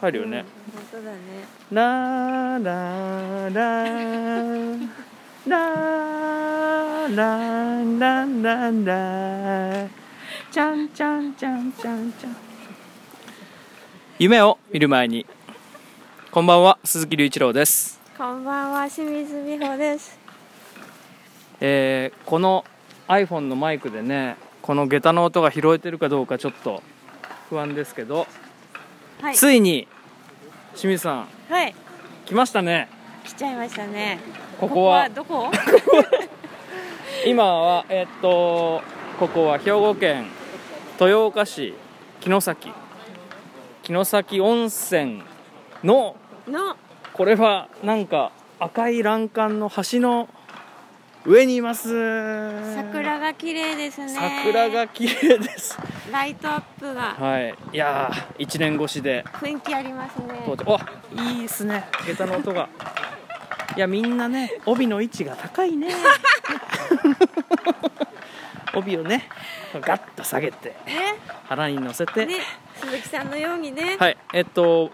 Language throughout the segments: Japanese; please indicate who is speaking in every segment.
Speaker 1: 入るよね、
Speaker 2: うん本当だね
Speaker 1: ラーラーラーラーラーラーラーラーちゃんちゃんちゃんちゃんちゃん夢を見る前にこんばんは鈴木隆一郎です、
Speaker 2: こんばんは清水美穂です
Speaker 1: えーこの iPhone のマイクでねこの下駄の音が拾えてるかどうかちょっと不安ですけど、
Speaker 2: はい
Speaker 1: ついに清水さん
Speaker 2: はい
Speaker 1: 来ましたね
Speaker 2: 来ちゃいましたね
Speaker 1: ここは
Speaker 2: どこ
Speaker 1: 今はえっとここは兵庫県豊岡市城崎城崎温泉の
Speaker 2: の
Speaker 1: これはなんか赤い欄干の橋の上にいます
Speaker 2: 桜が綺麗ですね
Speaker 1: 桜が綺麗です
Speaker 2: ライトアップが
Speaker 1: はいいやー1年越しで
Speaker 2: 雰囲気ありますね
Speaker 1: 到着わいいっすね下駄の音がいやみんなね帯の位置が高 いね帯をねガッと下げて
Speaker 2: ね
Speaker 1: 腹に乗せて、
Speaker 2: ね鈴木さんのようにね
Speaker 1: はいえっと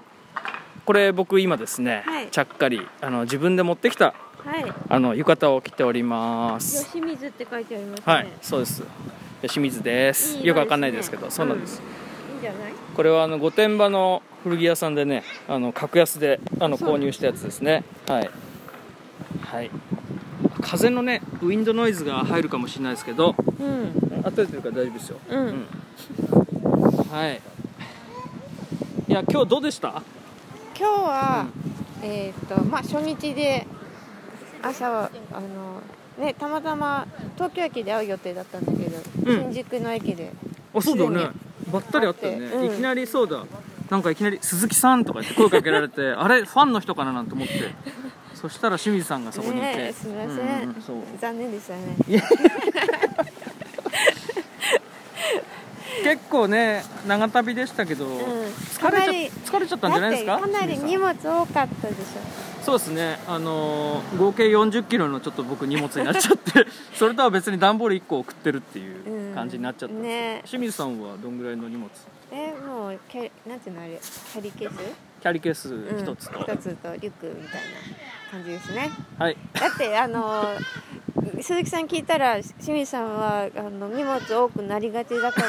Speaker 1: これ僕今ですね、
Speaker 2: はい
Speaker 1: ちゃっかりあの自分で持ってきた
Speaker 2: はい、
Speaker 1: あの浴衣を着ております
Speaker 2: 吉水って書いてありますね、
Speaker 1: はい
Speaker 2: い
Speaker 1: そうです清水です
Speaker 2: い色
Speaker 1: よくわかんないですけど
Speaker 2: ね
Speaker 1: そうなんです、
Speaker 2: いいんじゃない
Speaker 1: これはあの御殿場の古着屋さんでねあの格安であの
Speaker 2: そうな
Speaker 1: 購
Speaker 2: ん
Speaker 1: 入したやつですねはい、はい、風のねウィンドノイズが入るかもしれないですけど
Speaker 2: うん
Speaker 1: あとでというから大丈夫ですよ
Speaker 2: うん、
Speaker 1: はいいや今日どうでした
Speaker 2: 今日は、えーっ、とまあ初日で朝あのねたまたま東京駅で会う予定だったんだけど、
Speaker 1: うん
Speaker 2: 新宿の駅で
Speaker 1: あそうだ
Speaker 2: すで
Speaker 1: ね
Speaker 2: に
Speaker 1: ばったりあったよね、
Speaker 2: 会ってうん
Speaker 1: いきなりそうだなんかいきなり「鈴木さん」とか言って声かけられ てあれファンの人かななんて思ってそしたら清水さんがそこにいて、
Speaker 2: ねえすみません、
Speaker 1: うううそう
Speaker 2: 残念でしたね
Speaker 1: 結構ね長旅でしたけど、疲れ
Speaker 2: かな
Speaker 1: ち
Speaker 2: り
Speaker 1: ゃ疲れちゃったんじゃ
Speaker 2: だ
Speaker 1: な
Speaker 2: っ
Speaker 1: いです
Speaker 2: て
Speaker 1: か
Speaker 2: かなり
Speaker 1: 清
Speaker 2: 荷
Speaker 1: 水
Speaker 2: 物多かったでしょ
Speaker 1: さんそうですねあのー合計4 0キロのちょっと僕荷物になっちゃって それとは別に段ボール1個送ってるっていううん感じになっちゃったんですけど、
Speaker 2: ね
Speaker 1: 清水さんはどんぐらいの荷物
Speaker 2: えもうキャなんていうのあれキャリケース
Speaker 1: キャリケース
Speaker 2: うん
Speaker 1: 1つと、
Speaker 2: 一つとリュックみたいな感じですね
Speaker 1: はい
Speaker 2: だって あの鈴木さん聞いたら清水さんはあの荷物多くなりがちだか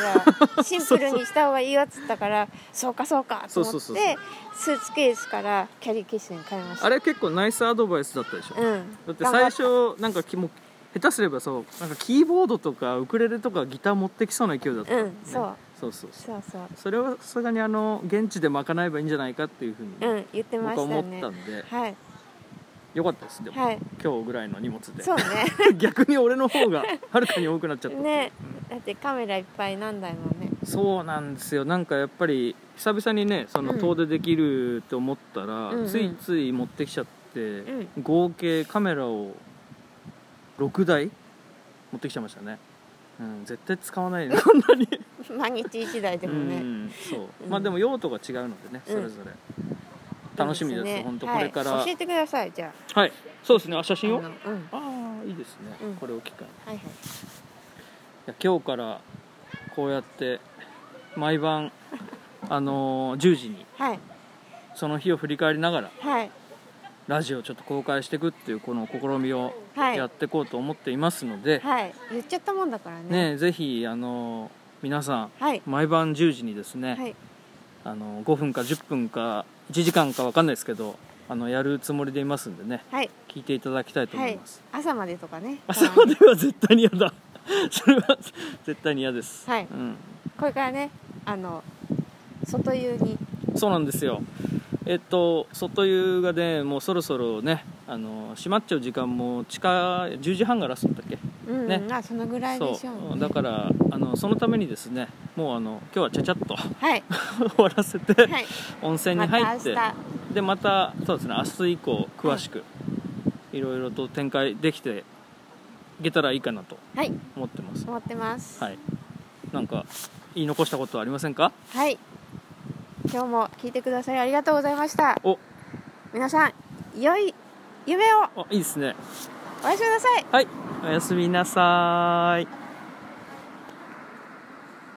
Speaker 2: らシンプルにした方がいいよっつったからそうかそうかと思って
Speaker 1: そうそうそうそう
Speaker 2: スーツケースからキャリーケースに変えました
Speaker 1: あれ結構ナイスアドバイスだったでしょ、
Speaker 2: うん
Speaker 1: だって最初なんかきもう下手すればそうなんかキーボードとかウクレレとかギター持ってきそうな勢いだったよね、
Speaker 2: うんそう
Speaker 1: そうそうそう
Speaker 2: そうそう
Speaker 1: それはさすがにあの現地で賄えばいいんじゃないかっていうふうに
Speaker 2: うん言ってまし
Speaker 1: 僕は
Speaker 2: た
Speaker 1: 思
Speaker 2: ね
Speaker 1: ったんで、
Speaker 2: はい
Speaker 1: よかったですでも、
Speaker 2: はい
Speaker 1: 今日ぐらいの荷物で
Speaker 2: そう
Speaker 1: 逆に俺の方 がはるかに多くなっちゃった
Speaker 2: ねねだってカメラいっぱい何台もね
Speaker 1: そうなんですよなんかやっぱり久々にねその
Speaker 2: うん
Speaker 1: 遠出できると思ったら、
Speaker 2: うんうん
Speaker 1: ついつい持ってきちゃって、
Speaker 2: う
Speaker 1: 合計カメラを6台持ってきちゃいましたね、うん、絶対使わないねこんなに
Speaker 2: 毎日1台でもね、
Speaker 1: うんそう、
Speaker 2: うん
Speaker 1: まあでも用途が違うのでねそれぞれ、楽しみです
Speaker 2: いいね
Speaker 1: 本当これから
Speaker 2: は、
Speaker 1: はい
Speaker 2: 教え
Speaker 1: い、
Speaker 2: てくださいじゃ
Speaker 1: そうですねあ写
Speaker 2: ああ
Speaker 1: 真を
Speaker 2: のうん
Speaker 1: ああいいですね、
Speaker 2: うん
Speaker 1: これを機会にい
Speaker 2: はいはい
Speaker 1: や今日からこうやって毎晩あのー10時に
Speaker 2: はい
Speaker 1: その日を振り返りながら
Speaker 2: はい
Speaker 1: ラジオをちょっと公開していくっていうこの試みを
Speaker 2: はい
Speaker 1: やっていこうと思っていますので、
Speaker 2: はい、言っちゃったもんだからね。
Speaker 1: ね、ぜひあの皆さん
Speaker 2: はい。
Speaker 1: 毎晩10時にですね、
Speaker 2: はい。
Speaker 1: あの5分か10分か1時間か分かんないですけどあのやるつもりでいますんでね
Speaker 2: はい。
Speaker 1: 聞いていただきたいと思います、
Speaker 2: 朝までとかね。
Speaker 1: 朝
Speaker 2: た
Speaker 1: ま
Speaker 2: まに
Speaker 1: では絶対に嫌だ それは絶対に嫌です、
Speaker 2: はい
Speaker 1: うん、
Speaker 2: これからね、あの。外湯に。
Speaker 1: そうなんですよえっと外湯がねもうそろそろねあの閉まっちゃう時間も近い10時半がラストだったっけ
Speaker 2: うん、
Speaker 1: ね
Speaker 2: まあ、そのぐらいでしょう、
Speaker 1: そ
Speaker 2: ね。
Speaker 1: うだからあのそのためにですねもうあの今日はちゃちゃっと
Speaker 2: はい。
Speaker 1: 終わらせて、
Speaker 2: はい。
Speaker 1: 温泉に
Speaker 2: ま
Speaker 1: 入
Speaker 2: た明
Speaker 1: って、
Speaker 2: 日。
Speaker 1: でまたそうですね明日以降詳しくいろいろと展開できていけたらいいかなと
Speaker 2: はい。
Speaker 1: 思ってます
Speaker 2: 思ってます。
Speaker 1: はいなんか言い残したことはありませんか
Speaker 2: はい。今日も聞いてくださりありがとうございました。
Speaker 1: お
Speaker 2: 皆さん、良い夢を
Speaker 1: あいいですね
Speaker 2: おやすみなさい。
Speaker 1: はいおやすみなさーい